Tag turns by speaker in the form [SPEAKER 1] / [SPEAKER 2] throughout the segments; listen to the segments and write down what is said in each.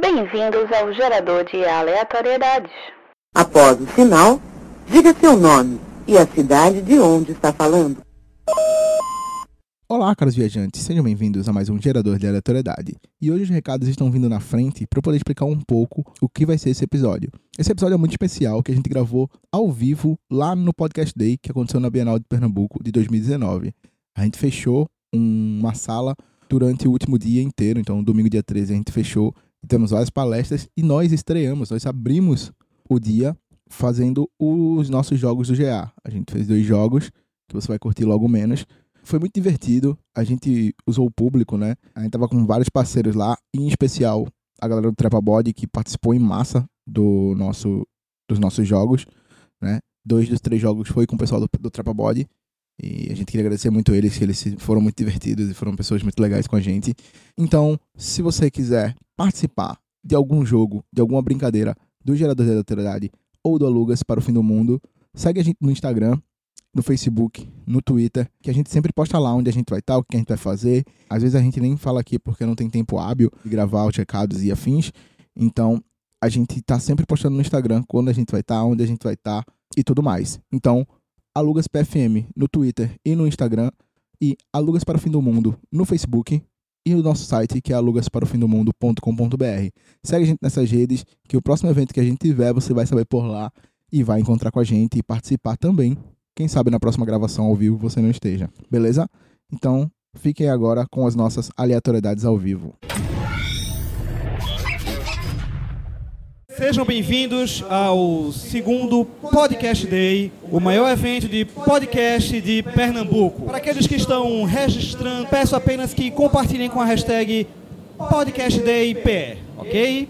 [SPEAKER 1] Bem-vindos ao gerador de aleatoriedades.
[SPEAKER 2] Após o sinal, diga seu nome e a cidade de onde está falando.
[SPEAKER 3] Olá, caros viajantes, sejam bem-vindos a mais um Gerador de Aleatoriedade. E hoje os recados estão vindo na frente para eu poder explicar um pouco o que vai ser esse episódio. Esse episódio é muito especial que a gente gravou ao vivo lá no Podcast Day que aconteceu na Bienal de Pernambuco de 2019. A gente fechou um- uma sala durante o último dia inteiro, então domingo dia 13 a gente fechou e temos várias palestras e nós estreamos, nós abrimos o dia fazendo os nossos jogos do GA. A gente fez dois jogos que você vai curtir logo menos. Foi muito divertido. A gente usou o público, né? A gente tava com vários parceiros lá, em especial a galera do Trepa Body, que participou em massa do nosso, dos nossos jogos, né? Dois dos três jogos foi com o pessoal do, do Trepa Body. E a gente queria agradecer muito eles, que eles se- foram muito divertidos e foram pessoas muito legais com a gente. Então, se você quiser participar de algum jogo, de alguma brincadeira do Gerador da Aleatoriedade ou do Alugas para o Fim do Mundo, segue a gente no Instagram, no Facebook, no Twitter, que a gente sempre posta lá onde a gente vai estar, o que a gente vai fazer. Às vezes a gente nem fala aqui porque não tem tempo hábil de gravar os recados e afins. Então, a gente tá sempre postando no Instagram quando a gente vai estar, onde a gente vai estar e tudo mais. Então, Alugas PFM no Twitter e no Instagram e Alugas para o Fim do Mundo no Facebook e o nosso site que é alugasparofindomundo.com.br. Segue a gente nessas redes que o próximo evento que a gente tiver você vai saber por lá e vai encontrar com a gente e participar também. Quem sabe na próxima gravação ao vivo você não esteja, beleza? Então, fiquem agora com as nossas aleatoriedades ao vivo.
[SPEAKER 4] Sejam bem-vindos ao segundo Podcast Day, o maior evento de podcast de Pernambuco. Para aqueles que estão registrando, peço apenas que compartilhem com a hashtag PodcastDayPE, ok?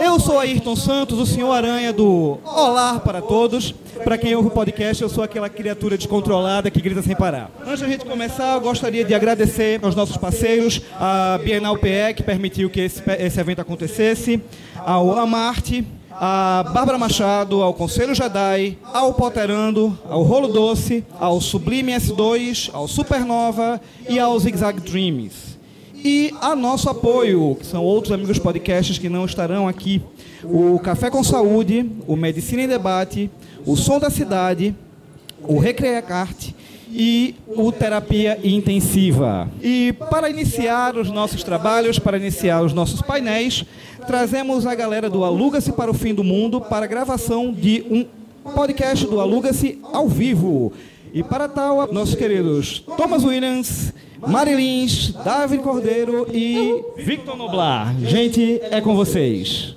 [SPEAKER 4] Eu sou Ayrton Santos, o senhor aranha do Olá para Todos. Para quem ouve o podcast, eu sou aquela criatura descontrolada que grita sem parar. Antes da gente começar, eu gostaria de agradecer aos nossos parceiros, a Bienal PE, que permitiu que esse, pe- esse evento acontecesse, ao Amarte, a Bárbara Machado, ao Conselho Jedi, ao Poterando, ao Rolo Doce, ao Sublime S2, ao Supernova e ao Zigzag Dreams e a nosso apoio, que são outros amigos podcasts que não estarão aqui. O Café com Saúde, o Medicina em Debate, o Som da Cidade, o Recreacarte e o Terapia Intensiva. E para iniciar os nossos trabalhos, para iniciar os nossos painéis, trazemos a galera do Aluga-se para o Fim do Mundo para a gravação de um podcast do Aluga-se ao vivo. E para tal, nossos queridos Thomas Williams, Mari Lins, David Cordeiro e Victor Noblar. Gente, é com vocês.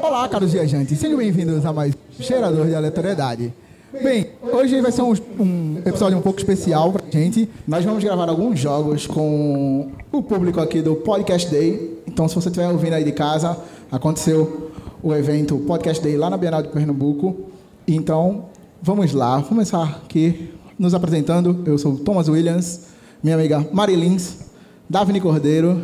[SPEAKER 3] Olá, caros viajantes, sejam bem-vindos a mais Cheirador de Aleatoriedade. Bem, hoje vai ser um, um episódio um pouco especial pra gente. Nós vamos gravar alguns jogos com o público aqui do Podcast Day. Então, se você estiver ouvindo aí de casa, aconteceu o evento Podcast Day lá na Bienal de Pernambuco. Então, vamos lá, Vou começar aqui nos apresentando. Eu sou o Thomas Williams, minha amiga Mari Lins, Daphne Cordeiro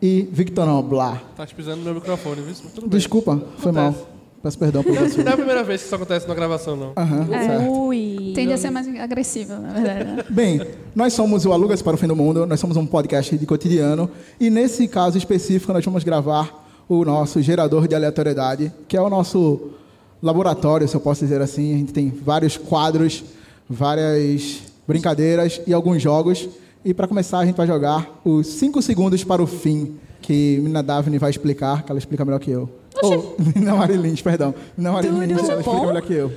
[SPEAKER 3] e Victor Noblar.
[SPEAKER 5] Tá te pisando no meu microfone, viu? é Mas Tudo bem.
[SPEAKER 3] Desculpa, foi mal. Peço perdão por isso.
[SPEAKER 5] Não é a primeira vez que isso acontece na gravação, não.
[SPEAKER 3] Aham, certo.
[SPEAKER 6] É. Tende a ser mais agressivo, na verdade. né?
[SPEAKER 3] Bem, nós somos o Alugas para o Fim do Mundo, nós somos um podcast de cotidiano e nesse caso específico nós vamos gravar o nosso gerador de aleatoriedade, que é o nosso laboratório, se eu posso dizer assim. A gente tem vários quadros, várias brincadeiras e alguns jogos. E para começar a gente vai jogar os 5 segundos para o fim, que Mina Daphne vai explicar, que ela explica melhor que eu. Ou, Mina Marilins, perdão. Mina Marilins, ela explica
[SPEAKER 7] bom?
[SPEAKER 3] melhor que eu.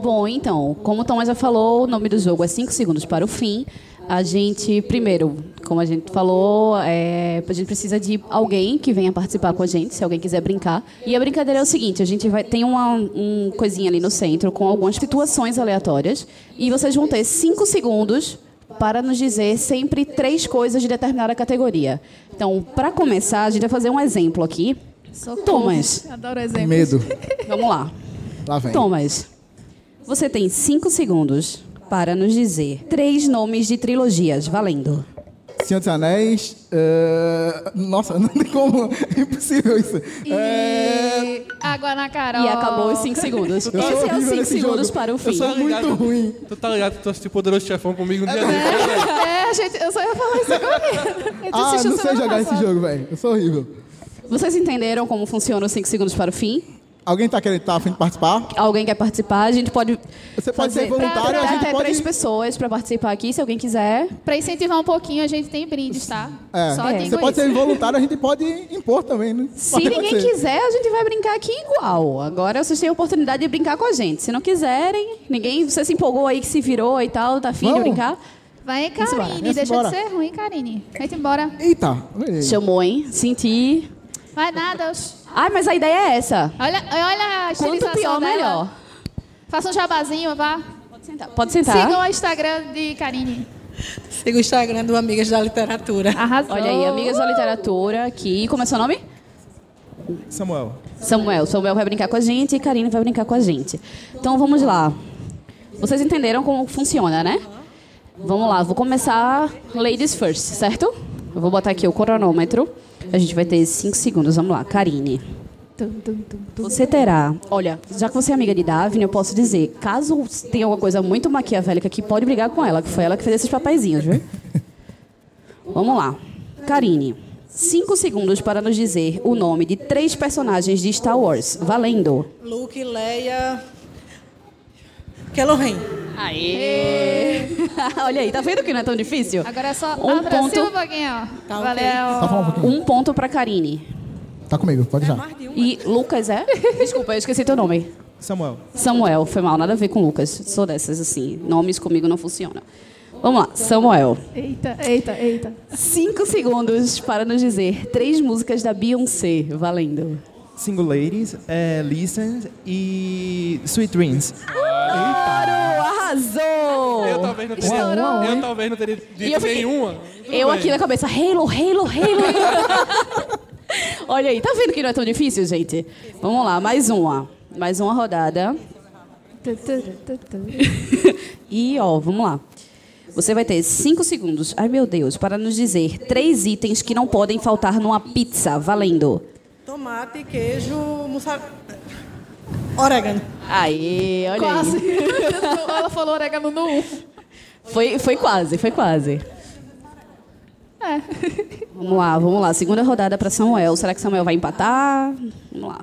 [SPEAKER 7] Bom, então, como o Thomas já falou, o nome do jogo é 5 segundos para o fim. A gente, primeiro, como a gente falou, é, a gente precisa de alguém que venha participar com a gente, se alguém quiser brincar. E a brincadeira é o seguinte: a gente vai tem uma um coisinha ali no centro com algumas situações aleatórias e vocês vão ter 5 segundos para nos dizer sempre três coisas de determinada categoria. Então, para começar, a gente vai fazer um exemplo aqui. Thomas,
[SPEAKER 6] Adoro exemplos.
[SPEAKER 3] Medo.
[SPEAKER 7] vamos lá.
[SPEAKER 3] Lá vem.
[SPEAKER 7] Thomas, você tem cinco segundos para nos dizer três nomes de trilogias, valendo.
[SPEAKER 3] Senhor dos Anéis. eh, nossa, não tem como. É impossível isso.
[SPEAKER 6] E
[SPEAKER 3] É,
[SPEAKER 6] água na Carol.
[SPEAKER 7] E acabou os 5 segundos. Esse
[SPEAKER 3] Oh. Eu sou
[SPEAKER 7] é
[SPEAKER 3] horrível
[SPEAKER 7] os 5
[SPEAKER 3] nesse jogo.
[SPEAKER 7] segundos para o fim.
[SPEAKER 5] Eu sou
[SPEAKER 3] muito
[SPEAKER 5] ligado.
[SPEAKER 3] ruim.
[SPEAKER 5] Tu tá ligado que tu assistiu Poderoso Chefão comigo no dia desse?
[SPEAKER 6] É, gente, eu só ia falar isso agora. Eu
[SPEAKER 3] Ah,
[SPEAKER 6] desisti
[SPEAKER 3] não sei
[SPEAKER 6] semana
[SPEAKER 3] jogar esse
[SPEAKER 6] passada.
[SPEAKER 3] jogo, velho. Eu sou horrível.
[SPEAKER 7] Vocês entenderam como funciona os 5 segundos para o fim?
[SPEAKER 3] Alguém tá querendo tá a fim de participar?
[SPEAKER 7] Alguém quer participar? A gente pode.
[SPEAKER 3] Você pode ser
[SPEAKER 7] fazer-
[SPEAKER 3] voluntário,
[SPEAKER 6] pra-
[SPEAKER 3] a gente
[SPEAKER 7] até
[SPEAKER 3] pode.
[SPEAKER 7] três pessoas para participar aqui, se alguém quiser.
[SPEAKER 6] Pra incentivar um pouquinho, a gente tem brindes, tá?
[SPEAKER 3] É,
[SPEAKER 6] Só digo
[SPEAKER 3] você pode
[SPEAKER 6] isso.
[SPEAKER 3] ser voluntário, a gente pode impor também, né?
[SPEAKER 7] Se
[SPEAKER 3] Pode
[SPEAKER 7] ninguém
[SPEAKER 3] acontecer.
[SPEAKER 7] quiser, a gente vai brincar aqui igual. Agora vocês têm a oportunidade de brincar com a gente. Se não quiserem, ninguém. Você se empolgou aí que se virou e tal, tá afim de
[SPEAKER 3] Vamos.
[SPEAKER 7] brincar?
[SPEAKER 6] Vai,
[SPEAKER 7] embora.
[SPEAKER 6] Karine.
[SPEAKER 3] Vamos
[SPEAKER 6] Deixa
[SPEAKER 3] embora.
[SPEAKER 6] de ser ruim, Karine. Vai embora.
[SPEAKER 3] Eita, beleza.
[SPEAKER 7] Chamou, hein? Senti.
[SPEAKER 6] Vai nada. oxe.
[SPEAKER 7] Ai, mas a ideia é essa.
[SPEAKER 6] Olha, olha a
[SPEAKER 7] Quanto
[SPEAKER 6] estilização
[SPEAKER 7] pior,
[SPEAKER 6] dela.
[SPEAKER 7] melhor.
[SPEAKER 6] Faça um jabazinho, vá.
[SPEAKER 7] Pode sentar. Pode sentar.
[SPEAKER 6] Sigam o Instagram de Karine.
[SPEAKER 8] Siga o Instagram do Amigas da Literatura.
[SPEAKER 6] Arrasou.
[SPEAKER 7] Olha aí, amigas da literatura aqui. Como é seu nome?
[SPEAKER 9] Samuel.
[SPEAKER 7] Samuel. Samuel vai brincar com a gente e Karine vai brincar com a gente. Então vamos lá. Vocês entenderam como funciona, né? Vamos lá, vou começar ladies first, certo? Eu vou botar aqui o cronômetro. A gente vai ter cinco segundos. Vamos lá, Karine.
[SPEAKER 6] Tum, tum, tum, tum.
[SPEAKER 7] Você terá. Olha, já que você é amiga de Daphne, eu posso dizer, caso tenha alguma coisa muito maquiavélica que pode brigar com ela, que foi ela que fez esses papeizinhos, viu? Vamos lá. Karine, cinco segundos para nos dizer o nome de três personagens de Star Wars. Valendo.
[SPEAKER 8] Luke, Leia. Kelohen.
[SPEAKER 7] Aê! Olha aí, tá vendo que não é tão difícil?
[SPEAKER 6] Agora é só
[SPEAKER 7] Um
[SPEAKER 6] pra cima um
[SPEAKER 7] ponto.
[SPEAKER 6] pouquinho, ó.
[SPEAKER 8] Tá,
[SPEAKER 3] Só falar
[SPEAKER 8] ok.
[SPEAKER 3] um
[SPEAKER 6] Valeu.
[SPEAKER 3] pouquinho.
[SPEAKER 7] Um ponto pra Karine. um-
[SPEAKER 3] Tá comigo, pode já.
[SPEAKER 7] E Lucas é? Desculpa, eu esqueci teu nome.
[SPEAKER 9] Samuel.
[SPEAKER 7] Samuel, foi mal, nada a ver com Lucas. Sou dessas, assim. Nomes comigo não funcionam. Vamos lá, Samuel.
[SPEAKER 6] Eita, eita, eita.
[SPEAKER 7] Cinco segundos para nos dizer três músicas da Beyoncé, valendo.
[SPEAKER 9] Single Ladies, é, Listen e Sweet Dreams.
[SPEAKER 7] Claro, arrasou!
[SPEAKER 5] Eu talvez não teria. eu talvez não teria dito
[SPEAKER 7] E eu fiquei-
[SPEAKER 5] nenhuma.
[SPEAKER 7] Eu aqui na cabeça, Halo, Halo, Halo. Olha aí, tá vendo que não é tão difícil, gente? Vamos lá, mais uma. Mais uma rodada.
[SPEAKER 6] Tu, tu, tu, tu, tu.
[SPEAKER 7] E, ó, vamos lá. Você vai ter cinco segundos, ai meu Deus, para nos dizer três itens que não podem faltar numa pizza, valendo.
[SPEAKER 8] Tomate, queijo, mussarela. Orégano.
[SPEAKER 7] Aê, olha
[SPEAKER 6] Quase.
[SPEAKER 7] aí.
[SPEAKER 6] Ela falou orégano no 1.
[SPEAKER 7] Foi, foi quase, foi quase. Vamos lá, vamos lá. Segunda rodada para Samuel. Será que Samuel vai empatar? Vamos lá.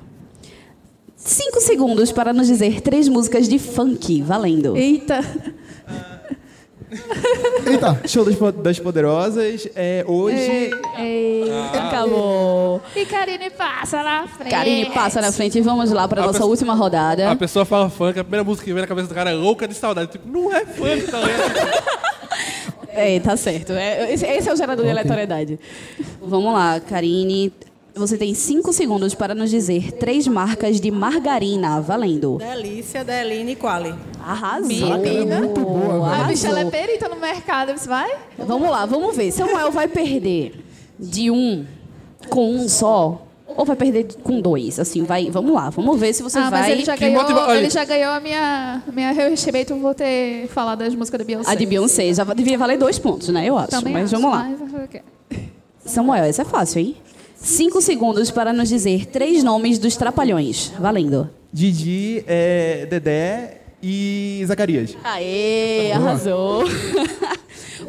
[SPEAKER 7] Cinco segundos para nos dizer três músicas de funk, valendo.
[SPEAKER 6] Eita.
[SPEAKER 3] Eita,
[SPEAKER 9] Show das, Po- das Poderosas, é, hoje.
[SPEAKER 7] Acabou.
[SPEAKER 6] E Karine passa na frente.
[SPEAKER 7] Karine passa na frente e vamos lá para
[SPEAKER 5] A
[SPEAKER 7] nossa
[SPEAKER 5] pessoa-
[SPEAKER 7] última rodada.
[SPEAKER 5] A pessoa fala funk, a primeira música que vem na cabeça do cara é louca de saudade. Tipo, não é funk, tá ligado?
[SPEAKER 7] É, tá certo. É, esse, esse é o gerador de aleatoriedade. Vamos lá, Karine. Você tem cinco segundos para nos dizer três marcas de margarina, valendo.
[SPEAKER 8] Delícia, Deline e Quali.
[SPEAKER 7] Arrasou.
[SPEAKER 6] Menina.
[SPEAKER 3] é muito boa,
[SPEAKER 6] A
[SPEAKER 3] velho.
[SPEAKER 6] bicha ela é
[SPEAKER 7] Arrasou.
[SPEAKER 6] perita no mercado. Você vai?
[SPEAKER 7] Vamos lá, vamos ver. Samuel vai perder de um com um só ou vai perder com dois? Assim, vai. Vamos lá, vamos ver se você
[SPEAKER 6] ah,
[SPEAKER 7] vai.
[SPEAKER 6] mas ele já,
[SPEAKER 5] Que
[SPEAKER 6] ganhou,
[SPEAKER 5] motiva- olha.
[SPEAKER 6] ele já ganhou a minha, minha respeito por ter falado das músicas da Beyoncé.
[SPEAKER 7] A de Beyoncé já devia valer dois pontos, né? Eu acho.
[SPEAKER 6] Também acho,
[SPEAKER 7] mas
[SPEAKER 6] Ah,
[SPEAKER 7] vamos lá.
[SPEAKER 6] mas fazer o quê?
[SPEAKER 7] Samuel, essa é fácil, hein? Cinco segundos para nos dizer três nomes dos trapalhões. Valendo.
[SPEAKER 9] Didi, é, Dedé e Zacarias.
[SPEAKER 7] Aê, arrasou.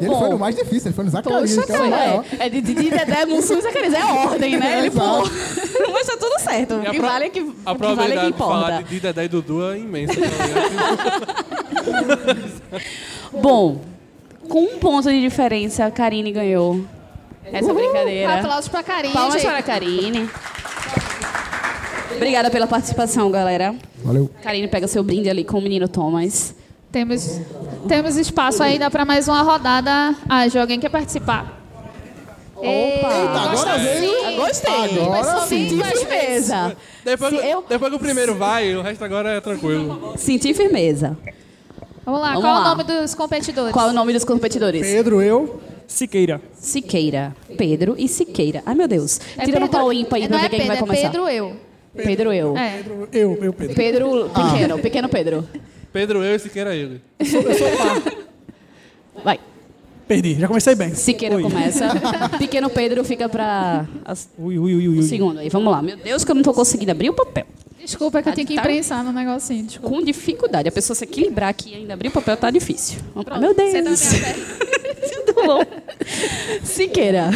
[SPEAKER 3] Ele foi no mais difícil, ele foi no Zacarias,
[SPEAKER 7] Poxa,
[SPEAKER 3] que era o maior.
[SPEAKER 7] cara, é, é de Didi, Dedé, Mussum e Zacarias. É ordem, né? Ele, pô,
[SPEAKER 3] Exato.
[SPEAKER 7] mas tá tudo certo. O
[SPEAKER 5] E a
[SPEAKER 7] que
[SPEAKER 5] pro-
[SPEAKER 7] vale é que, o
[SPEAKER 5] A
[SPEAKER 7] que, vale é
[SPEAKER 5] probabilidade
[SPEAKER 7] que
[SPEAKER 5] de falar
[SPEAKER 7] importa.
[SPEAKER 5] de Dedé e Dudu é imensa. tá ligado?
[SPEAKER 7] Bom, com um ponto de diferença, a Karine ganhou essa brincadeira.
[SPEAKER 6] Uh, Aplausos pra Karine,
[SPEAKER 7] Palmas
[SPEAKER 6] gente.
[SPEAKER 7] para a Karine. Obrigada pela participação, galera.
[SPEAKER 3] Valeu.
[SPEAKER 7] Karine pega seu brinde ali com o menino Thomas.
[SPEAKER 6] Temos, temos espaço ainda para mais uma rodada. Ah, Ju, alguém quer participar? Opa!
[SPEAKER 3] agora veio.
[SPEAKER 7] Gostei.
[SPEAKER 3] Agora
[SPEAKER 7] mas senti
[SPEAKER 6] sim.
[SPEAKER 7] firmeza.
[SPEAKER 5] Depois,
[SPEAKER 7] Se
[SPEAKER 5] que-
[SPEAKER 7] eu-
[SPEAKER 5] depois que o primeiro vai, o resto agora é tranquilo.
[SPEAKER 7] Senti firmeza.
[SPEAKER 6] Vamos lá,
[SPEAKER 7] Vamos
[SPEAKER 6] qual
[SPEAKER 7] lá.
[SPEAKER 6] o nome dos competidores?
[SPEAKER 7] Qual é o nome dos competidores?
[SPEAKER 9] Pedro, eu. Siqueira.
[SPEAKER 7] Siqueira. Pedro e Siqueira. Ai, meu Deus.
[SPEAKER 6] É
[SPEAKER 7] Tirando o
[SPEAKER 6] Pedro-
[SPEAKER 7] pau ímpar aí pra
[SPEAKER 6] Não
[SPEAKER 7] ver
[SPEAKER 6] é
[SPEAKER 7] quem
[SPEAKER 6] Pedro,
[SPEAKER 7] vai
[SPEAKER 6] é
[SPEAKER 7] começar.
[SPEAKER 6] Pedro eu.
[SPEAKER 7] Pedro, eu.
[SPEAKER 6] É.
[SPEAKER 9] Eu, eu, Pedro.
[SPEAKER 7] Pedro
[SPEAKER 4] Ah.
[SPEAKER 7] pequeno, pequeno Pedro.
[SPEAKER 5] Pedro, eu e Siqueira, ele.
[SPEAKER 7] Vai.
[SPEAKER 4] Perdi, já comecei bem.
[SPEAKER 7] Siqueira
[SPEAKER 4] Oi.
[SPEAKER 7] começa. Pequeno Pedro fica pra as-
[SPEAKER 4] Ui, ui, ui, ui,
[SPEAKER 7] o
[SPEAKER 4] ui.
[SPEAKER 7] segundo aí. Vamos lá. Meu Deus, que eu não tô conseguindo abrir o papel.
[SPEAKER 6] Desculpa, é que eu tinha que
[SPEAKER 7] Tá.
[SPEAKER 6] imprensar no negocinho. Desculpa.
[SPEAKER 7] Com dificuldade. A pessoa se equilibrar aqui e ainda abrir o papel tá difícil. Vamos pra- Meu
[SPEAKER 4] tá
[SPEAKER 7] Deus. Tudo bom? Siqueira,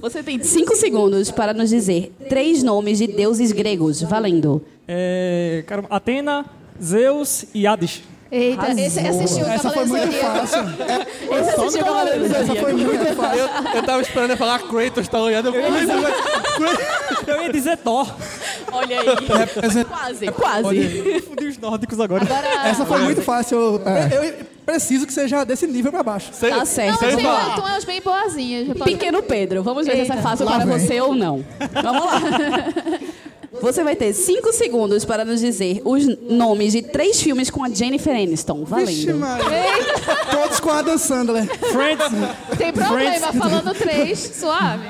[SPEAKER 7] você tem cinco segundos para nos dizer três nomes de deuses gregos, valendo.
[SPEAKER 4] É, caramba, Atena, Zeus e Hades.
[SPEAKER 6] Eita, esse assistiu o
[SPEAKER 4] Essa foi
[SPEAKER 6] Cavaleiro
[SPEAKER 4] muito
[SPEAKER 6] Zodíaco.
[SPEAKER 4] fácil.
[SPEAKER 7] Esse assistiu o Cavaleiro do Zodíaco.
[SPEAKER 5] Eu, eu tava esperando ele falar Kratos, tá olhando. Eu,
[SPEAKER 4] Eu ia dizer Thor.
[SPEAKER 7] Olha aí. quase, quase.
[SPEAKER 4] Fudei os nórdicos agora.
[SPEAKER 3] Essa foi muito fácil. Eu, eu preciso que seja desse nível pra baixo.
[SPEAKER 5] sem,
[SPEAKER 7] Tá certo.
[SPEAKER 5] sem
[SPEAKER 6] Não, tem
[SPEAKER 5] falar.
[SPEAKER 6] umas bem boazinhas. já pode-
[SPEAKER 7] Pequeno Pedro, vamos ver se essa é fácil
[SPEAKER 3] Lá
[SPEAKER 7] para
[SPEAKER 3] vem.
[SPEAKER 7] você ou não. Vamos lá. Você vai ter cinco segundos para nos dizer os nomes de três filmes com a Jennifer Aniston.
[SPEAKER 3] Vixe,
[SPEAKER 7] Valendo.
[SPEAKER 3] Maria. Todos com a né? Adam Sandler.
[SPEAKER 4] Friends,
[SPEAKER 6] Tem problema falando três, suave.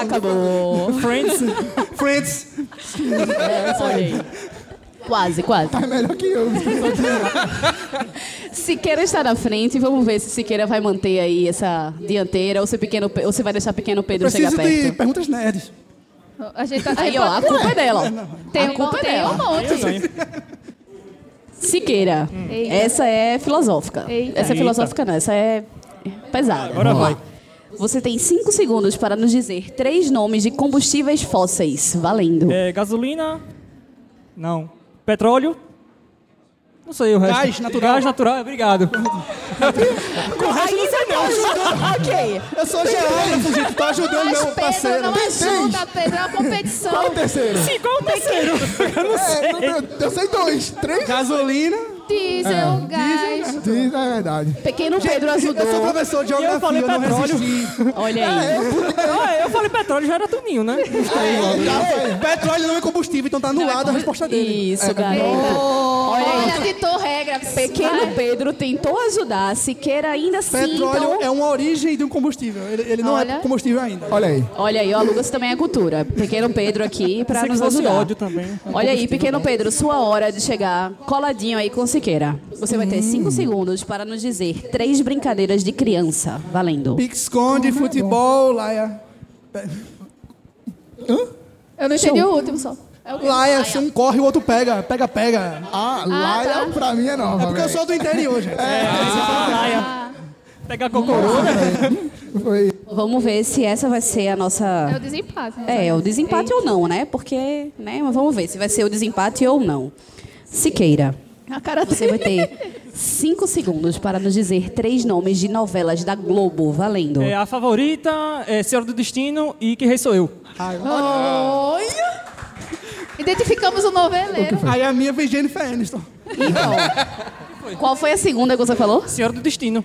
[SPEAKER 7] Acabou.
[SPEAKER 4] Friends.
[SPEAKER 3] Friends.
[SPEAKER 7] É, olha aí. Quase, quase.
[SPEAKER 3] É melhor que eu.
[SPEAKER 7] Siqueira está na frente. Vamos ver se Siqueira vai manter aí essa dianteira ou se, pequeno, Pe- ou se vai deixar pequeno Pedro chegar
[SPEAKER 3] Preciso de
[SPEAKER 7] perto.
[SPEAKER 3] perguntas nerds.
[SPEAKER 6] A gente tá
[SPEAKER 7] Aí, ó, a culpa é dela.
[SPEAKER 6] Tem,
[SPEAKER 7] a culpa é
[SPEAKER 6] tem
[SPEAKER 7] dela.
[SPEAKER 6] um monte.
[SPEAKER 3] então
[SPEAKER 7] Siqueira, essa é filosófica.
[SPEAKER 6] Eita.
[SPEAKER 7] Essa é filosófica não, essa é pesada.
[SPEAKER 4] Agora
[SPEAKER 7] Vamos
[SPEAKER 4] vai.
[SPEAKER 7] lá. Você tem cinco segundos para nos dizer três nomes de combustíveis fósseis. Valendo.
[SPEAKER 4] É, gasolina. Não. Petróleo. Não sei o resto.
[SPEAKER 3] Gás natural.
[SPEAKER 4] Gás natural, obrigado.
[SPEAKER 7] Aí é- você não ajudou. ok.
[SPEAKER 3] Eu sou geógrafo, gente. Tá ajudando
[SPEAKER 6] Mas
[SPEAKER 3] meu
[SPEAKER 6] Pedro
[SPEAKER 3] parceiro.
[SPEAKER 6] não
[SPEAKER 3] Tem seis.
[SPEAKER 6] ajuda, Pedro. É
[SPEAKER 3] Qual
[SPEAKER 6] uma
[SPEAKER 3] o
[SPEAKER 6] competição.
[SPEAKER 3] terceiro?
[SPEAKER 4] Sim, qual o terceiro? Eu não sei.
[SPEAKER 3] É, meu Deus, eu sei dois. Três.
[SPEAKER 5] Gasolina.
[SPEAKER 3] É.
[SPEAKER 6] Diesel, gás.
[SPEAKER 3] Diz a é verdade.
[SPEAKER 7] Pequeno Pedro
[SPEAKER 3] Eu sou
[SPEAKER 7] ajudou.
[SPEAKER 3] professor de geografia,
[SPEAKER 4] eu falei
[SPEAKER 3] não
[SPEAKER 4] petróleo.
[SPEAKER 3] resisti.
[SPEAKER 7] Olha aí.
[SPEAKER 4] Ah, eu falei petróleo, já era Toninho, né?
[SPEAKER 3] É, Petróleo não é combustível, então tá anulada a resposta dele.
[SPEAKER 7] Isso, garoto.
[SPEAKER 6] Olha,
[SPEAKER 7] aí.
[SPEAKER 6] ditou regra.
[SPEAKER 7] Pequeno
[SPEAKER 6] Vai.
[SPEAKER 7] Pedro tentou ajudar. Siqueira ainda sim.
[SPEAKER 3] Petróleo
[SPEAKER 7] então-
[SPEAKER 3] é uma origem de um combustível. Ele, ele não
[SPEAKER 6] Olha.
[SPEAKER 3] é combustível ainda.
[SPEAKER 10] Olha aí.
[SPEAKER 7] Olha aí, ó, Lucas também é cultura. Pequeno Pedro aqui pra
[SPEAKER 4] Pensei que
[SPEAKER 7] nos
[SPEAKER 4] fosse
[SPEAKER 7] ajudar.
[SPEAKER 4] ódio também. um
[SPEAKER 7] Olha aí, Pequeno Pedro, sua hora de chegar coladinho aí com Siqueira. Você
[SPEAKER 4] Hum.
[SPEAKER 7] vai ter cinco segundos para nos dizer três brincadeiras de criança. Valendo.
[SPEAKER 3] Pique, esconde, futebol, laia.
[SPEAKER 6] Eu não entendi o último só. É o quê?
[SPEAKER 3] Laia, se um corre, o outro pega. Pega, pega.
[SPEAKER 10] Ah, Laia
[SPEAKER 6] tá.
[SPEAKER 10] pra mim é nova. É,
[SPEAKER 3] É porque eu
[SPEAKER 10] véi.
[SPEAKER 3] sou do interior, gente. É,
[SPEAKER 4] Pegar cocorô.
[SPEAKER 10] Foi.
[SPEAKER 7] Vamos ver se essa vai ser a
[SPEAKER 6] É o
[SPEAKER 7] nossa.
[SPEAKER 6] desempate. né?
[SPEAKER 7] É, o desempate ou não, né? Porque, né? Mas vamos ver se vai ser o desempate ou não. Siqueira,
[SPEAKER 6] A cara
[SPEAKER 7] você vai ter cinco segundos para nos dizer três nomes de novelas da Globo. Valendo.
[SPEAKER 4] É, a favorita, é Senhora do Destino e Que Rei Sou Eu.
[SPEAKER 6] Olha! Identificamos o noveleiro.
[SPEAKER 3] Aí a minha vem Jennifer Aniston.
[SPEAKER 7] Então, qual foi a segunda que você falou?
[SPEAKER 4] Senhora do Destino.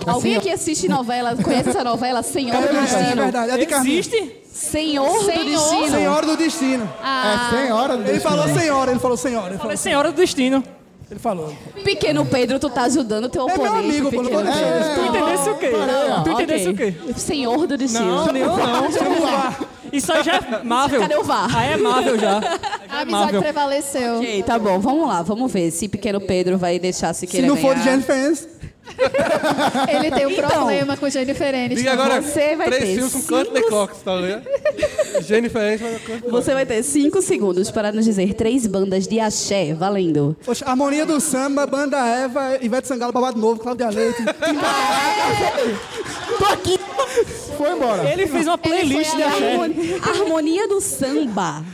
[SPEAKER 4] assim,
[SPEAKER 7] Alguém aqui assiste novela, conhece essa novela Senhor do
[SPEAKER 3] É
[SPEAKER 7] Destino?
[SPEAKER 3] verdade, é de Carminha.
[SPEAKER 4] Existe?
[SPEAKER 7] Senhor do
[SPEAKER 6] Senhor.
[SPEAKER 7] Destino.
[SPEAKER 3] Senhora do Destino.
[SPEAKER 7] Ah,
[SPEAKER 10] É senhora do
[SPEAKER 3] Ele falou
[SPEAKER 10] destino.
[SPEAKER 3] senhora, ele falou senhora. Ele falou.
[SPEAKER 4] Falei É Senhora do Destino.
[SPEAKER 3] Ele falou.
[SPEAKER 7] Pequeno Pedro, tu tá ajudando teu
[SPEAKER 3] É
[SPEAKER 7] oponente.
[SPEAKER 3] meu amigo, pô, não tô
[SPEAKER 7] pequeno
[SPEAKER 3] deixando.
[SPEAKER 4] Tu entendesse o quê? Tu
[SPEAKER 7] Ok.
[SPEAKER 4] entendesse o quê?
[SPEAKER 7] Senhor do Destino.
[SPEAKER 4] Não, nenhum não. Isso aí já é Marvel.
[SPEAKER 7] Cadê o VAR?
[SPEAKER 4] Aí é Marvel já.
[SPEAKER 6] A amizade
[SPEAKER 4] Marvel.
[SPEAKER 6] prevaleceu.
[SPEAKER 7] Ok, tá bom, vamos lá, vamos ver se Pequeno Pedro vai deixar
[SPEAKER 3] assim, Se
[SPEAKER 7] se querer
[SPEAKER 3] não for de
[SPEAKER 7] ganhar.
[SPEAKER 3] Jennifer Aniston,
[SPEAKER 6] Ele tem um
[SPEAKER 7] Então.
[SPEAKER 6] problema com Jennifer Aniston.
[SPEAKER 5] Diga agora,
[SPEAKER 7] Você vai
[SPEAKER 5] três
[SPEAKER 7] ter
[SPEAKER 5] filmes com
[SPEAKER 7] cinco-
[SPEAKER 5] Courtney Cox, tá olhando? Jennifer Aniston com Courtney Cox.
[SPEAKER 7] Você vai ter cinco segundos para nos dizer três bandas de axé, valendo.
[SPEAKER 3] poxa, harmonia do samba, banda Eva, Ivete Sangalo, babado novo, Cláudia Leite.
[SPEAKER 10] Foi embora.
[SPEAKER 4] Ele fez uma playlist de axé.
[SPEAKER 7] Harmonia, harmonia do samba.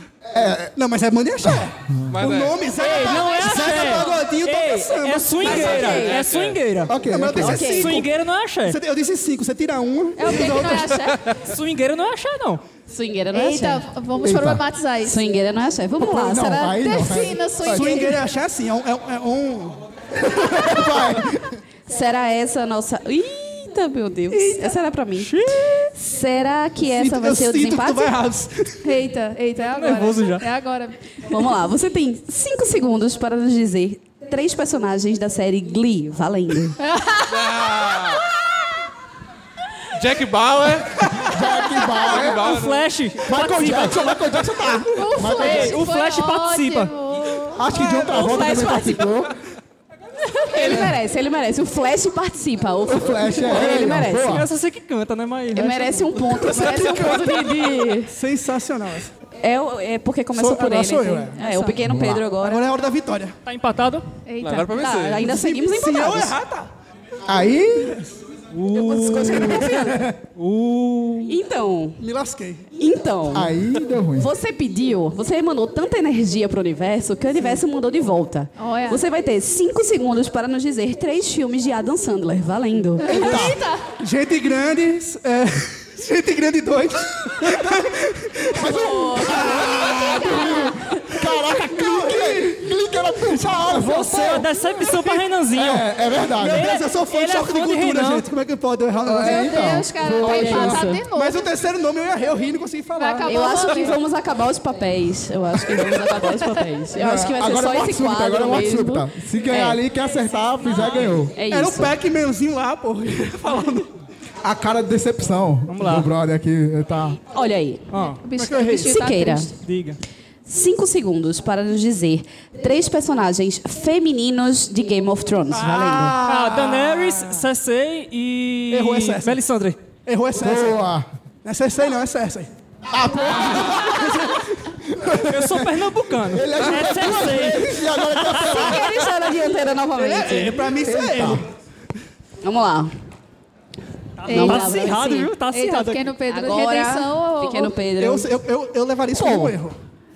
[SPEAKER 3] Não, mas é Mandinha Axé.
[SPEAKER 5] Mas
[SPEAKER 3] O
[SPEAKER 5] é.
[SPEAKER 3] nome, Zé.
[SPEAKER 4] Não é
[SPEAKER 11] tá
[SPEAKER 3] Zeca
[SPEAKER 4] axé.
[SPEAKER 3] Pagodinho toca samba.
[SPEAKER 4] Ei, é swingueira.
[SPEAKER 7] Mas ok.
[SPEAKER 4] É swingueira.
[SPEAKER 10] Ok,
[SPEAKER 3] Não, mas eu
[SPEAKER 10] ok.
[SPEAKER 3] disse cinco.
[SPEAKER 4] Swingueira não é axé.
[SPEAKER 3] Você- Eu disse cinco, você tira um. uma.
[SPEAKER 6] É o que que não é axé?
[SPEAKER 4] Swingueira não é axé, não.
[SPEAKER 7] Swingueira não é
[SPEAKER 6] Eita,
[SPEAKER 7] axé.
[SPEAKER 6] vamos
[SPEAKER 10] Eita.
[SPEAKER 6] problematizar isso.
[SPEAKER 7] Swingueira não é axé. Vamos lá,
[SPEAKER 10] Não,
[SPEAKER 7] será?
[SPEAKER 10] vai não.
[SPEAKER 6] Defina swingueira.
[SPEAKER 3] Swingueira é axé assim, é um... É um, é um-
[SPEAKER 7] Será essa a nossa. Eita, meu Deus. Essa era pra mim. Será que essa vai
[SPEAKER 3] eu
[SPEAKER 7] ser o
[SPEAKER 3] sinto que tu
[SPEAKER 7] desempate?
[SPEAKER 3] vai errar.
[SPEAKER 6] Eita, eita, é agora.
[SPEAKER 4] nervoso já.
[SPEAKER 6] É agora.
[SPEAKER 7] Vamos lá, você tem cinco segundos para nos dizer três personagens da série Glee. Valendo.
[SPEAKER 5] Jack Bauer.
[SPEAKER 10] Jack Bauer.
[SPEAKER 4] O Flash
[SPEAKER 10] Michael
[SPEAKER 4] participa.
[SPEAKER 10] Jackson, Michael Jackson tá.
[SPEAKER 6] O Flash,
[SPEAKER 4] o Flash
[SPEAKER 6] foi
[SPEAKER 4] participa.
[SPEAKER 6] ótimo.
[SPEAKER 10] Acho que John Travolta
[SPEAKER 7] Flash
[SPEAKER 10] também participou.
[SPEAKER 7] Ele merece, ele merece. O Flash participa. O,
[SPEAKER 12] Flash é-
[SPEAKER 7] Ele
[SPEAKER 12] é,
[SPEAKER 7] merece.
[SPEAKER 12] boa. Eu só sei que canta, né, mas...
[SPEAKER 7] Ele merece um ponto. merece um ponto de...
[SPEAKER 11] É Sensacional essa.
[SPEAKER 7] É, o- é porque começou
[SPEAKER 11] Sou-
[SPEAKER 7] por
[SPEAKER 11] agora
[SPEAKER 7] ele.
[SPEAKER 11] sou eu,
[SPEAKER 7] né?
[SPEAKER 11] é.
[SPEAKER 7] é, o pequeno
[SPEAKER 11] Vamos lá.
[SPEAKER 7] Pedro agora.
[SPEAKER 11] Agora é a hora da vitória.
[SPEAKER 12] Tá empatado?
[SPEAKER 7] Eita.
[SPEAKER 5] Agora pra
[SPEAKER 7] Tá,
[SPEAKER 5] vencer.
[SPEAKER 7] ainda seguimos
[SPEAKER 11] Se eu
[SPEAKER 7] empatados.
[SPEAKER 11] errar,
[SPEAKER 7] tá.
[SPEAKER 3] Aí.
[SPEAKER 7] Então.
[SPEAKER 11] Me lasquei.
[SPEAKER 7] Então.
[SPEAKER 3] Aí deu ruim.
[SPEAKER 7] Você pediu, você mandou tanta energia pro universo que o universo mandou de volta.
[SPEAKER 6] Olha.
[SPEAKER 7] Você vai ter cinco segundos para nos dizer três filmes de Adam Sandler. Valendo.
[SPEAKER 11] Gente grande. É... Gente grande 2.
[SPEAKER 12] Caraca, clique! Clique era pensar a hora. Você é uma decepção pra Renanzinho.
[SPEAKER 11] É, é verdade. Meu Deus, eu sou fã de choque de cultura, gente. Como é que pode eu errar?
[SPEAKER 12] Meu
[SPEAKER 3] então?
[SPEAKER 7] Deus, cara, tá empatado de novo.
[SPEAKER 11] Mas o terceiro nome eu errei, eu ri e não consegui falar.
[SPEAKER 7] eu acho que Ah, vamos acabar os papéis. Eu acho que vamos acabar os papéis. Eu acho que vai ser
[SPEAKER 3] agora
[SPEAKER 7] só
[SPEAKER 3] é morte
[SPEAKER 7] esse
[SPEAKER 3] súbita,
[SPEAKER 7] quadro
[SPEAKER 3] Agora é morte
[SPEAKER 7] mesmo.
[SPEAKER 3] súbita. Se ganhar
[SPEAKER 7] É.
[SPEAKER 3] ali, quer acertar, fizer, ganhou.
[SPEAKER 7] É
[SPEAKER 11] Era o
[SPEAKER 7] isso.
[SPEAKER 11] um Pac-Manzinho lá, pô. Falando.
[SPEAKER 3] A cara de decepção Vamos
[SPEAKER 12] lá.
[SPEAKER 3] do brother aqui tá...
[SPEAKER 7] Olha aí.
[SPEAKER 12] O
[SPEAKER 11] bicho- Como é que eu errei? o bicho tá
[SPEAKER 7] Siqueira.
[SPEAKER 11] triste.
[SPEAKER 12] Diga.
[SPEAKER 7] Cinco segundos para nos dizer três personagens femininos de Game of Thrones. Valendo.
[SPEAKER 12] Ah, Daenerys, Cersei e...
[SPEAKER 11] Errou, é Cersei.
[SPEAKER 12] Melisandre.
[SPEAKER 11] Errou é Cersei.
[SPEAKER 3] Boa.
[SPEAKER 11] Não é Cersei, não, é Cersei.
[SPEAKER 12] Eu sou pernambucano.
[SPEAKER 11] Ele ajudou
[SPEAKER 12] é Cersei.
[SPEAKER 11] E agora ele
[SPEAKER 7] Siqueira está na dianteira novamente.
[SPEAKER 11] É, pra mim isso é erro.
[SPEAKER 7] Vamos lá.
[SPEAKER 12] Tá acirrado,
[SPEAKER 6] assim,
[SPEAKER 12] viu? Tá acirrado.
[SPEAKER 6] pequeno Pedro,
[SPEAKER 7] Agora,
[SPEAKER 6] redenção ou...
[SPEAKER 7] Pequeno Pedro.
[SPEAKER 11] Eu, eu, eu, eu levaria isso
[SPEAKER 7] Pô.
[SPEAKER 11] como um erro.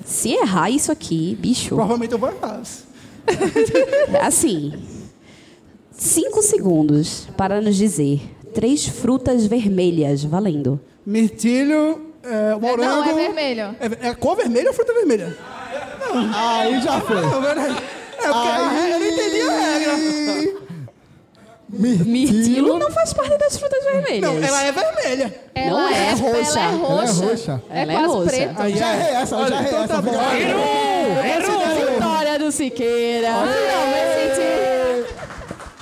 [SPEAKER 7] Se errar isso aqui, bicho,
[SPEAKER 11] Provavelmente eu vou errar.
[SPEAKER 7] assim. Cinco segundos para nos dizer três frutas vermelhas, valendo.
[SPEAKER 11] Mirtilho, é,
[SPEAKER 6] É,
[SPEAKER 11] morango...
[SPEAKER 6] Não, é vermelho.
[SPEAKER 11] É, ver- é cor vermelha ou fruta vermelha?
[SPEAKER 3] Aí já foi.
[SPEAKER 11] Ah, Não, peraí. É porque a regra- eu não entendi a regra.
[SPEAKER 3] Mirtilo.
[SPEAKER 7] Mirtilo não faz parte das frutas vermelhas.
[SPEAKER 11] Não, ela é vermelha.
[SPEAKER 6] Ela
[SPEAKER 7] Não é
[SPEAKER 6] é
[SPEAKER 7] roxa.
[SPEAKER 6] Ela é
[SPEAKER 7] Ela
[SPEAKER 3] Ela é
[SPEAKER 6] roxa.
[SPEAKER 3] roxa.
[SPEAKER 6] É
[SPEAKER 7] Ela é
[SPEAKER 6] quase
[SPEAKER 7] roxa.
[SPEAKER 6] preta.
[SPEAKER 11] Aí
[SPEAKER 3] Já errei essa, eu já errei essa. vitória.
[SPEAKER 7] Vitória do Siqueira. Finalmente.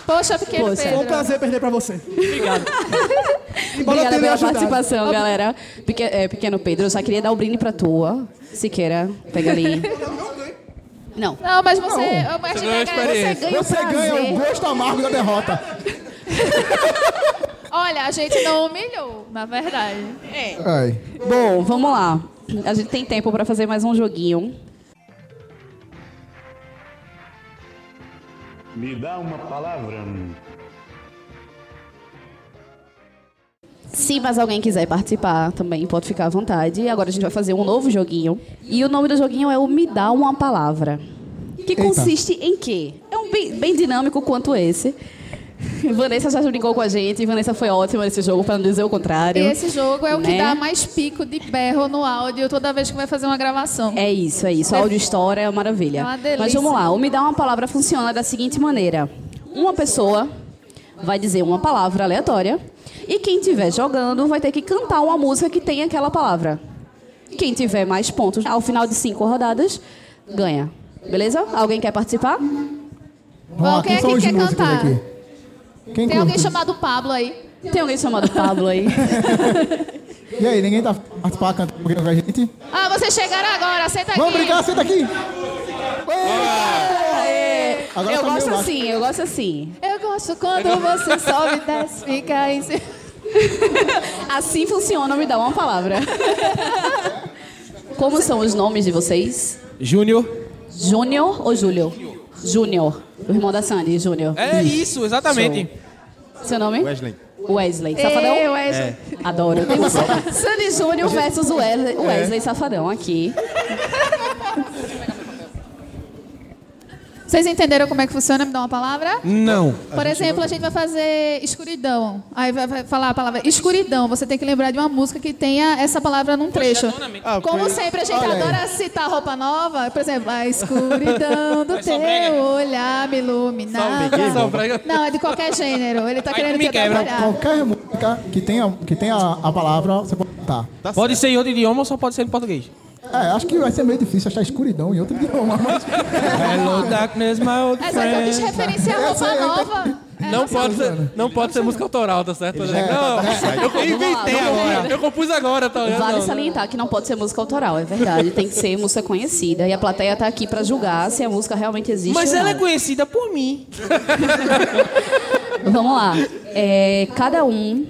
[SPEAKER 6] Poxa, pequeno
[SPEAKER 7] Poxa.
[SPEAKER 11] Foi um
[SPEAKER 6] Pedro.
[SPEAKER 11] prazer perder pra você. Embora eu
[SPEAKER 7] Obrigada
[SPEAKER 11] tenha
[SPEAKER 7] pela
[SPEAKER 11] ajudado.
[SPEAKER 7] participação, galera. Peque- é, pequeno Pedro, eu só queria dar o brinde pra tua. Siqueira, pega ali. Não.
[SPEAKER 6] Não, mas você... é Mas
[SPEAKER 5] Você ganhou a
[SPEAKER 6] você ganha, você
[SPEAKER 5] experiência.
[SPEAKER 6] ganha o
[SPEAKER 3] Você ganha
[SPEAKER 6] prazer.
[SPEAKER 3] o gosto amargo da derrota.
[SPEAKER 6] Olha, a gente não humilhou, na verdade. É.
[SPEAKER 3] Ai.
[SPEAKER 7] Bom, vamos lá. A gente tem tempo pra fazer mais um joguinho.
[SPEAKER 13] Me dá uma palavra.
[SPEAKER 7] Se mais alguém quiser participar também, pode ficar à vontade. Agora a gente vai fazer um novo joguinho. E o nome do joguinho é o Me Dá Uma Palavra. Que consiste em quê? É um bem, bem dinâmico quanto esse. Vanessa já brincou com a gente. Vanessa foi ótima nesse jogo, pra não dizer o
[SPEAKER 6] E
[SPEAKER 7] contrário.
[SPEAKER 6] esse jogo é o que
[SPEAKER 7] Né?
[SPEAKER 6] dá mais pico de berro no áudio toda vez que vai fazer uma gravação.
[SPEAKER 7] É isso, é isso. Áudio história é uma maravilha.
[SPEAKER 6] É uma delícia.
[SPEAKER 7] Mas vamos lá, o Me Dá Uma Palavra funciona da seguinte maneira. Uma pessoa vai dizer uma palavra aleatória e quem estiver jogando vai ter que cantar uma música que tem aquela palavra. Quem tiver mais pontos ao final de cinco rodadas, ganha. Beleza? Alguém quer participar?
[SPEAKER 3] Vamos lá,
[SPEAKER 6] Bom, quem é
[SPEAKER 3] são
[SPEAKER 6] que
[SPEAKER 3] os
[SPEAKER 6] quer
[SPEAKER 3] músicos
[SPEAKER 6] cantar?
[SPEAKER 3] aqui? Quem
[SPEAKER 6] Tem alguém
[SPEAKER 3] curte?
[SPEAKER 6] chamado Pablo aí?
[SPEAKER 7] Tem alguém chamado Pablo aí?
[SPEAKER 3] E aí, ninguém tá participando cantando um pouquinho com a gente?
[SPEAKER 6] Ah, vocês chegaram agora, senta aqui.
[SPEAKER 3] Vamos brigar, senta aqui!
[SPEAKER 7] Aê!
[SPEAKER 3] Agora
[SPEAKER 7] eu
[SPEAKER 3] tá meio
[SPEAKER 7] gosto
[SPEAKER 3] baixo.
[SPEAKER 7] assim, eu gosto assim.
[SPEAKER 6] Eu gosto quando você sobe, desce, fica em cima.
[SPEAKER 7] Assim funciona, o me dá uma palavra. Como são os nomes de vocês?
[SPEAKER 9] Júnior.
[SPEAKER 7] Júnior ou Júlio? Júnior. O irmão da Sandy, Júnior.
[SPEAKER 5] É isso, exatamente.
[SPEAKER 7] Seu nome?
[SPEAKER 14] Wesley.
[SPEAKER 7] Wesley. Safadão?
[SPEAKER 6] Ei, Wesley.
[SPEAKER 7] Adoro. Tem É. um Sandy Júnior versus Wesley, Wesley Safadão aqui.
[SPEAKER 6] Vocês entenderam como é que funciona? Me dá uma palavra?
[SPEAKER 9] Não.
[SPEAKER 6] Por exemplo, a gente vai fazer escuridão. Aí vai, vai falar a palavra escuridão. Você tem que lembrar de uma música que tenha essa palavra num trecho. Como sempre, a gente
[SPEAKER 3] Olha aí.
[SPEAKER 6] adora citar roupa nova. Por exemplo, a escuridão do teu olhar me iluminava.
[SPEAKER 5] Só um brega.
[SPEAKER 6] Não, é de qualquer gênero. Ele tá
[SPEAKER 5] Aí
[SPEAKER 6] querendo
[SPEAKER 5] tu me
[SPEAKER 6] te
[SPEAKER 5] quebra.
[SPEAKER 6] atrapalhar.
[SPEAKER 3] Qualquer música que tenha, que tenha a palavra, você pode cantar.
[SPEAKER 5] Tá
[SPEAKER 9] Pode ser em outro idioma ou só pode ser em português?
[SPEAKER 3] É, acho que vai ser meio difícil achar escuridão em outro idioma, mas...
[SPEAKER 9] Hello darkness, my old
[SPEAKER 6] Essa é que eu quis
[SPEAKER 9] friend.
[SPEAKER 6] referenciar a
[SPEAKER 3] Essa
[SPEAKER 6] roupa
[SPEAKER 3] aí, eu
[SPEAKER 6] nova. É.
[SPEAKER 5] Não pode ser, não pode ser música autoral, tá certo?
[SPEAKER 7] já-
[SPEAKER 5] não,
[SPEAKER 7] é.
[SPEAKER 5] eu inventei
[SPEAKER 7] Vamos lá,
[SPEAKER 5] agora.
[SPEAKER 7] vamos lá.
[SPEAKER 5] Eu compus agora, tá ligado?
[SPEAKER 7] Vale
[SPEAKER 5] Não, não.
[SPEAKER 7] salientar que não né? pode ser música autoral, é verdade. Tem que ser música conhecida. E a plateia tá aqui pra julgar se a música realmente existe
[SPEAKER 13] Mas
[SPEAKER 7] ou
[SPEAKER 13] ela é
[SPEAKER 7] não.
[SPEAKER 13] conhecida por mim.
[SPEAKER 7] Vamos lá. É, cada um.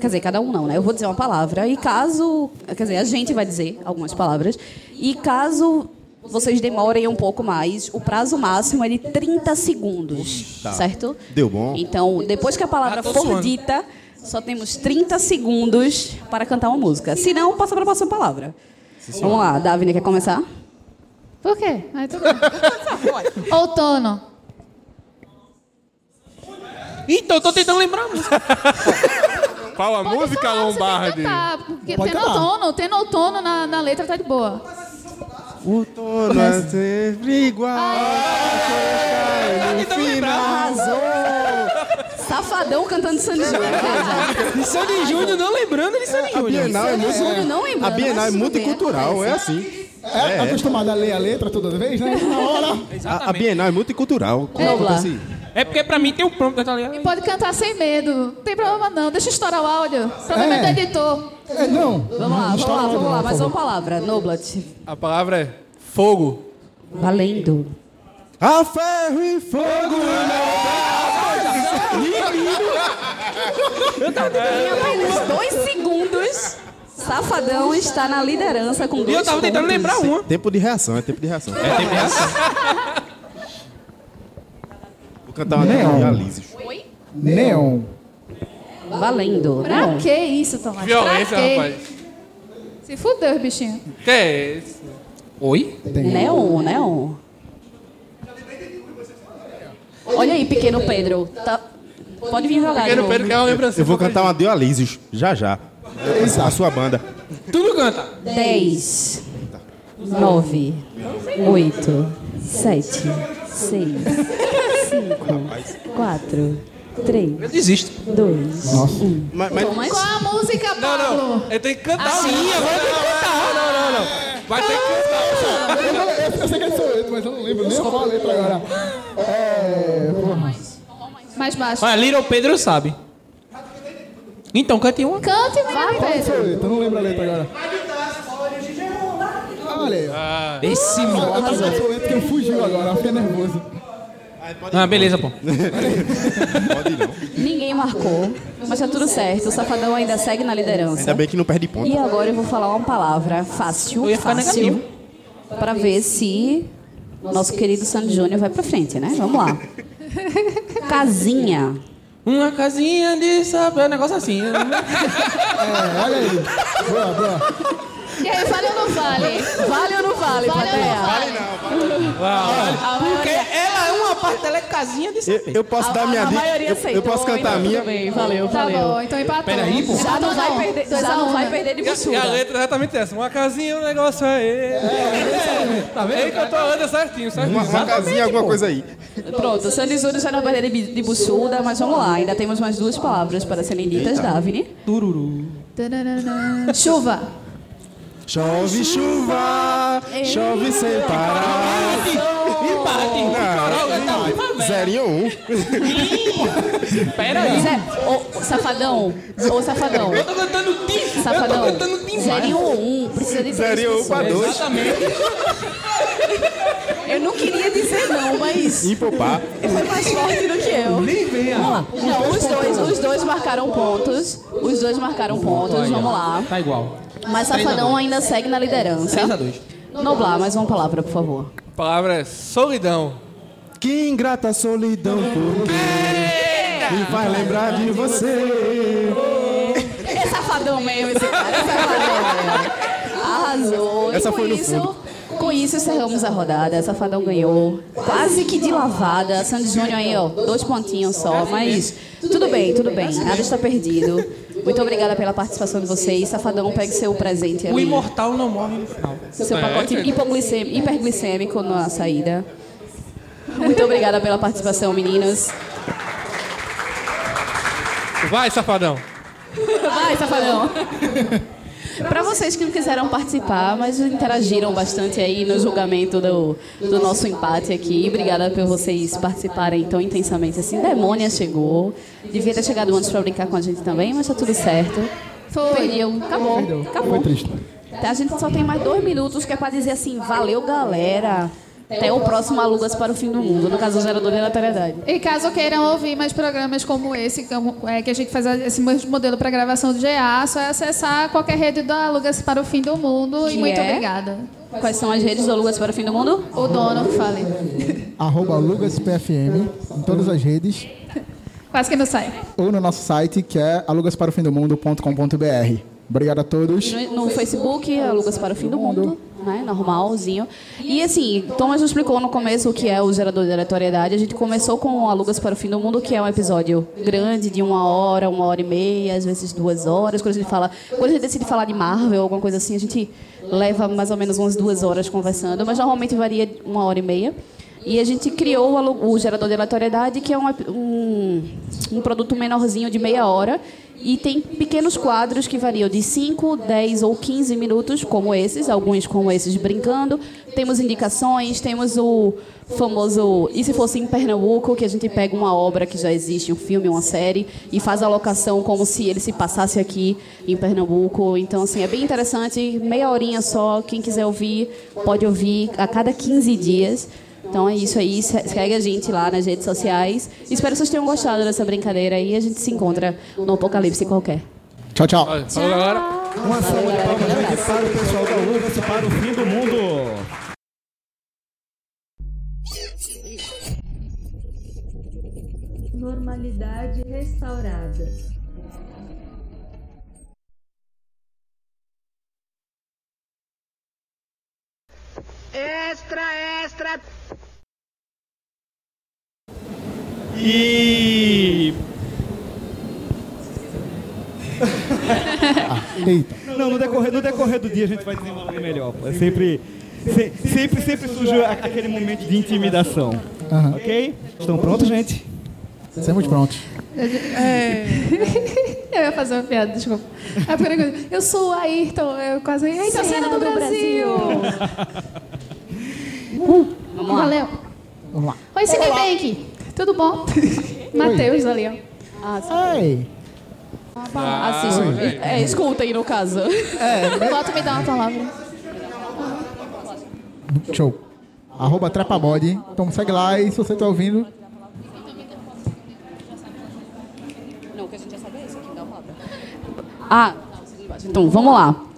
[SPEAKER 7] Quer dizer, cada um não, né? Eu vou dizer uma palavra. E caso. Quer dizer, a gente vai dizer algumas palavras. E caso vocês demorem um pouco mais, o prazo máximo é de 30 segundos.
[SPEAKER 14] Tá.
[SPEAKER 7] Certo?
[SPEAKER 14] Deu bom?
[SPEAKER 7] Então, depois que a palavra
[SPEAKER 14] Ah, tô
[SPEAKER 7] for
[SPEAKER 14] suando.
[SPEAKER 7] dita, só temos 30 segundos para cantar uma música. Se não, passa para a próxima palavra. Vamos lá, Davine, quer começar?
[SPEAKER 6] Por quê? Aí tudo bem. Outono.
[SPEAKER 13] Então, eu tô tentando lembrar a música.
[SPEAKER 5] Qual a música, Lombardi?
[SPEAKER 6] Tá, porque
[SPEAKER 5] Pode
[SPEAKER 6] tendo
[SPEAKER 5] cantar.
[SPEAKER 6] outono, tendo outono na, na letra tá de boa.
[SPEAKER 14] O tono é sempre igual.
[SPEAKER 7] Então lembrar.
[SPEAKER 5] né?
[SPEAKER 7] Arrasou! Safadão cantando Sandy Júnior.
[SPEAKER 13] E Sandy Júnior não lembrando de Sandy
[SPEAKER 14] A
[SPEAKER 13] Júnior.
[SPEAKER 14] Bienal é
[SPEAKER 7] Sandy Júnior não
[SPEAKER 14] muito.
[SPEAKER 7] lembrando,
[SPEAKER 14] A Bienal é
[SPEAKER 7] né? mas tudo bem,
[SPEAKER 14] multicultural, é
[SPEAKER 7] acontece.
[SPEAKER 14] assim.
[SPEAKER 15] É, tá acostumado a ler a letra toda vez, né? Na hora.
[SPEAKER 14] A, a Bienal é multicultural. Como
[SPEAKER 6] Vamos lá.
[SPEAKER 14] acontece?
[SPEAKER 13] É porque pra mim tem um prompt, tá ligado?
[SPEAKER 6] E pode cantar sem medo. Não tem problema não. Deixa eu estourar o áudio. O problema é,
[SPEAKER 7] É.
[SPEAKER 6] do editor.
[SPEAKER 15] É, não.
[SPEAKER 7] Vamos lá, vamos lá, vamos lá. Mais uma palavra. Noblat.
[SPEAKER 5] A palavra é fogo.
[SPEAKER 7] Valendo.
[SPEAKER 14] A ferro e fogo né?
[SPEAKER 7] Eu tava tentando apenas dois segundos. Safadão está na liderança com dois pontos.
[SPEAKER 14] uma. Tempo de reação, é tempo de reação. É tempo de reação. Vou cantar uma
[SPEAKER 15] Neon.
[SPEAKER 14] de Alice.
[SPEAKER 15] Neon.
[SPEAKER 7] Valendo.
[SPEAKER 6] Pra
[SPEAKER 7] Não.
[SPEAKER 6] que isso, Tomás?
[SPEAKER 5] Violência,
[SPEAKER 6] pra quê?
[SPEAKER 5] rapaz.
[SPEAKER 6] Se fudeu, bichinho.
[SPEAKER 5] Que é isso? Oi?
[SPEAKER 7] Neon, neon. Olha aí, pequeno Pedro. Tá- Pode vir jogar. de novo.
[SPEAKER 14] Eu vou cantar uma de Alísios, já já. A sua banda.
[SPEAKER 13] Tudo canta.
[SPEAKER 7] 10, 9, 8, 7, 6, 5, 4, 3. Eu
[SPEAKER 13] desisto.
[SPEAKER 7] 2, 1.
[SPEAKER 14] Mas,
[SPEAKER 6] Qual a música,
[SPEAKER 5] Não,
[SPEAKER 6] Pablo?
[SPEAKER 5] não. Ele É, tem que cantar.
[SPEAKER 6] Assim,
[SPEAKER 5] não,
[SPEAKER 6] agora
[SPEAKER 5] não,
[SPEAKER 6] tem que Ah.
[SPEAKER 5] Não, não, não, não. Vai ter que cantar.
[SPEAKER 15] Eu sei que é sou eu, mas eu não lembro nem qual a letra agora. É. Porra.
[SPEAKER 6] Mais baixo.
[SPEAKER 13] Olha, Little Pedro sabe. Então, cante uma.
[SPEAKER 6] Cante, vai, Pedro.
[SPEAKER 15] Eu não lembro a letra agora. Olha aí.
[SPEAKER 5] É.
[SPEAKER 13] Esse
[SPEAKER 15] Ah, eu tava
[SPEAKER 13] arrasou.
[SPEAKER 15] com a letra que eu fugiu agora, eu fiquei nervoso.
[SPEAKER 13] Ah, beleza, pô.
[SPEAKER 7] Ninguém marcou, mas tá tudo certo. O Safadão ainda segue na liderança.
[SPEAKER 14] Ainda bem que não perde ponto.
[SPEAKER 7] E agora eu vou falar uma palavra fácil,
[SPEAKER 13] Eu ia ficar
[SPEAKER 7] fácil,
[SPEAKER 13] negativo.
[SPEAKER 7] pra ver se nosso querido Sandy Júnior vai pra frente, né? Vamos lá. Casinha.
[SPEAKER 13] Uma casinha de saber, um negócio assim. né?
[SPEAKER 15] olha aí. Boa, boa.
[SPEAKER 6] E aí, vale ou não vale?
[SPEAKER 7] Vale ou não
[SPEAKER 6] Vale ou
[SPEAKER 7] vale,
[SPEAKER 6] não
[SPEAKER 7] plateia?
[SPEAKER 6] vale?
[SPEAKER 5] Ah,
[SPEAKER 13] Porque ela é uma parte, ela é casinha de saber.
[SPEAKER 14] Eu posso dar minha dica. Eu, eu posso cantar a minha.
[SPEAKER 7] valeu,
[SPEAKER 6] Tá
[SPEAKER 7] valeu.
[SPEAKER 6] bom, então empatou.
[SPEAKER 5] Peraí, pô.
[SPEAKER 7] Já não vai
[SPEAKER 6] Empatou,
[SPEAKER 7] perder,
[SPEAKER 6] Dois
[SPEAKER 7] já
[SPEAKER 6] a
[SPEAKER 7] não
[SPEAKER 6] um,
[SPEAKER 7] vai
[SPEAKER 6] né?
[SPEAKER 7] perder de
[SPEAKER 5] E a
[SPEAKER 7] buchuda.
[SPEAKER 5] letra é exatamente essa. Uma casinha, um negócio aí. Tá vendo? Ele cantou a letra certinho, certinho.
[SPEAKER 14] Uma, uma casinha, alguma coisa aí.
[SPEAKER 7] Pronto, Sandy Júnior já não vai perder de, de buchuda, mas vamos lá. Ainda temos mais duas palavras para serem ditas,
[SPEAKER 14] Eita.
[SPEAKER 7] Davine.
[SPEAKER 6] Tananana. Chuva.
[SPEAKER 14] Chove chuva, chove sem parar.
[SPEAKER 13] Empate.
[SPEAKER 14] Ah, Zerinho um.
[SPEAKER 13] Peraí.
[SPEAKER 7] Zé, É, ô, safadão, ô safadão.
[SPEAKER 13] Eu tô cantando tim.
[SPEAKER 7] Safadão,
[SPEAKER 13] Eu tô cantando tim.
[SPEAKER 7] zerinho ou um, precisa de três
[SPEAKER 14] Zerinho um pra
[SPEAKER 7] pessoas.
[SPEAKER 14] dois.
[SPEAKER 13] Exatamente.
[SPEAKER 7] Eu não queria dizer não, mas
[SPEAKER 14] Impopar.
[SPEAKER 7] foi mais forte do que eu.
[SPEAKER 15] Nem venha.
[SPEAKER 7] Vamos lá. Não, os dois, os dois marcaram pontos. Os dois marcaram pontos, vamos lá.
[SPEAKER 13] Tá igual.
[SPEAKER 7] Mas Safadão ainda segue na liderança.
[SPEAKER 13] 6x2.
[SPEAKER 7] Noblar, mais uma palavra, por favor.
[SPEAKER 5] A palavra é solidão.
[SPEAKER 14] Que ingrata solidão por mim. Me faz lembrar de você.
[SPEAKER 7] É safadão mesmo esse cara, é safadão. Arrasou.
[SPEAKER 14] Essa
[SPEAKER 7] e com
[SPEAKER 14] foi no
[SPEAKER 7] isso,
[SPEAKER 14] fundo.
[SPEAKER 7] com isso encerramos a rodada. Safadão ganhou. Quase que de lavada. Sandy Júnior aí, ó, dois pontinhos só, mas tudo bem, tudo bem. Nada está perdido. Muito obrigada pela participação de vocês. Safadão, pegue seu presente
[SPEAKER 13] O
[SPEAKER 7] ali.
[SPEAKER 13] imortal não morre no final.
[SPEAKER 7] Seu pacote
[SPEAKER 14] É.
[SPEAKER 7] hipoglicê- hiperglicêmico na saída. Muito obrigada pela participação, meninos.
[SPEAKER 5] Vai, safadão.
[SPEAKER 7] Vai, safadão. Para vocês que não quiseram participar, mas interagiram bastante aí no julgamento do, do nosso empate aqui. Obrigada por vocês participarem tão intensamente assim. Demônia chegou. Devia ter chegado antes para brincar com a gente também, mas tá tudo certo.
[SPEAKER 6] Foi.
[SPEAKER 7] Perdeu. Acabou. Acabou.
[SPEAKER 15] Foi triste.
[SPEAKER 7] A gente só tem mais dois minutos que é pra dizer assim, valeu galera. Até o próximo Alugas para o Fim do Mundo, no caso o Gerador de Aleatoriedade.
[SPEAKER 6] E caso queiram ouvir mais programas como esse, como- é, que a gente faz a- esse mesmo modelo para gravação do GA, só é acessar qualquer rede do Alugas para o Fim do Mundo.
[SPEAKER 7] Que
[SPEAKER 6] e muito
[SPEAKER 7] é?
[SPEAKER 6] obrigada.
[SPEAKER 7] Quais são as redes do Alugas para o Fim do Mundo?
[SPEAKER 6] O dono, fale.
[SPEAKER 16] Arroba AlugasPFM em todas as redes.
[SPEAKER 6] Quase que não sai.
[SPEAKER 16] Ou no nosso site, que é alugasparofindomundo.com.br. Obrigado a todos.
[SPEAKER 7] No, no Facebook, Alugas para o Fim do Mundo, né? Normalzinho. E assim, Thomas já explicou no começo o que é o gerador de aleatoriedade. A gente começou com o Alugas para o Fim do Mundo, que é um episódio grande, de uma hora, uma hora e meia, às vezes duas horas. Quando a gente fala. Quando a gente decide falar de Marvel, alguma coisa assim, a gente leva mais ou menos umas duas horas conversando, mas normalmente varia de uma hora e meia. E a gente criou o alu- o gerador de aleatoriedade, que é um, ep- um, um produto menorzinho de meia hora. E tem pequenos quadros que variam de 5, 10 ou 15 minutos, como esses, alguns como esses brincando. Temos indicações, temos o famoso E se fosse em Pernambuco, que a gente pega uma obra que já existe, um filme, uma série, e faz a locação como se ele se passasse aqui em Pernambuco. Então, assim, é bem interessante, meia horinha só. Quem quiser ouvir, pode ouvir a cada 15 dias. Então é isso aí, se- segue a gente lá nas redes sociais. Espero que vocês tenham gostado dessa brincadeira aí. A gente se encontra no Apocalipse qualquer.
[SPEAKER 16] Tchau, tchau.
[SPEAKER 5] Falou galera.
[SPEAKER 14] Uma salva de palmas aqui para o pessoal da Lucas para o fim do mundo.
[SPEAKER 17] Normalidade restaurada.
[SPEAKER 18] Extra, extra.
[SPEAKER 4] E. Não, no decorrer, no decorrer do dia a gente vai desenvolver melhor. pô. É sempre, se- sempre, sempre surge a- aquele momento de intimidação.
[SPEAKER 16] Aham.
[SPEAKER 4] Ok? Estão prontos, gente?
[SPEAKER 16] Estamos prontos.
[SPEAKER 6] É... eu ia fazer uma piada, desculpa. É porque eu- eu sou o Ayrton, eu quase. Ayrton, cena do, Brasil! Uh,
[SPEAKER 7] Vamos lá.
[SPEAKER 6] Valeu.
[SPEAKER 16] Vamos lá.
[SPEAKER 6] Oi, Cinebank! Tudo bom? Matheus ali, ó.
[SPEAKER 16] Ai.
[SPEAKER 7] Assistam.
[SPEAKER 16] Oi.
[SPEAKER 7] É, escutem no caso.
[SPEAKER 16] É.
[SPEAKER 6] Volta me dar uma palavra.
[SPEAKER 16] Show. Arroba Trapabode. Então segue lá e se você tá ouvindo,
[SPEAKER 7] Ah, então vamos lá.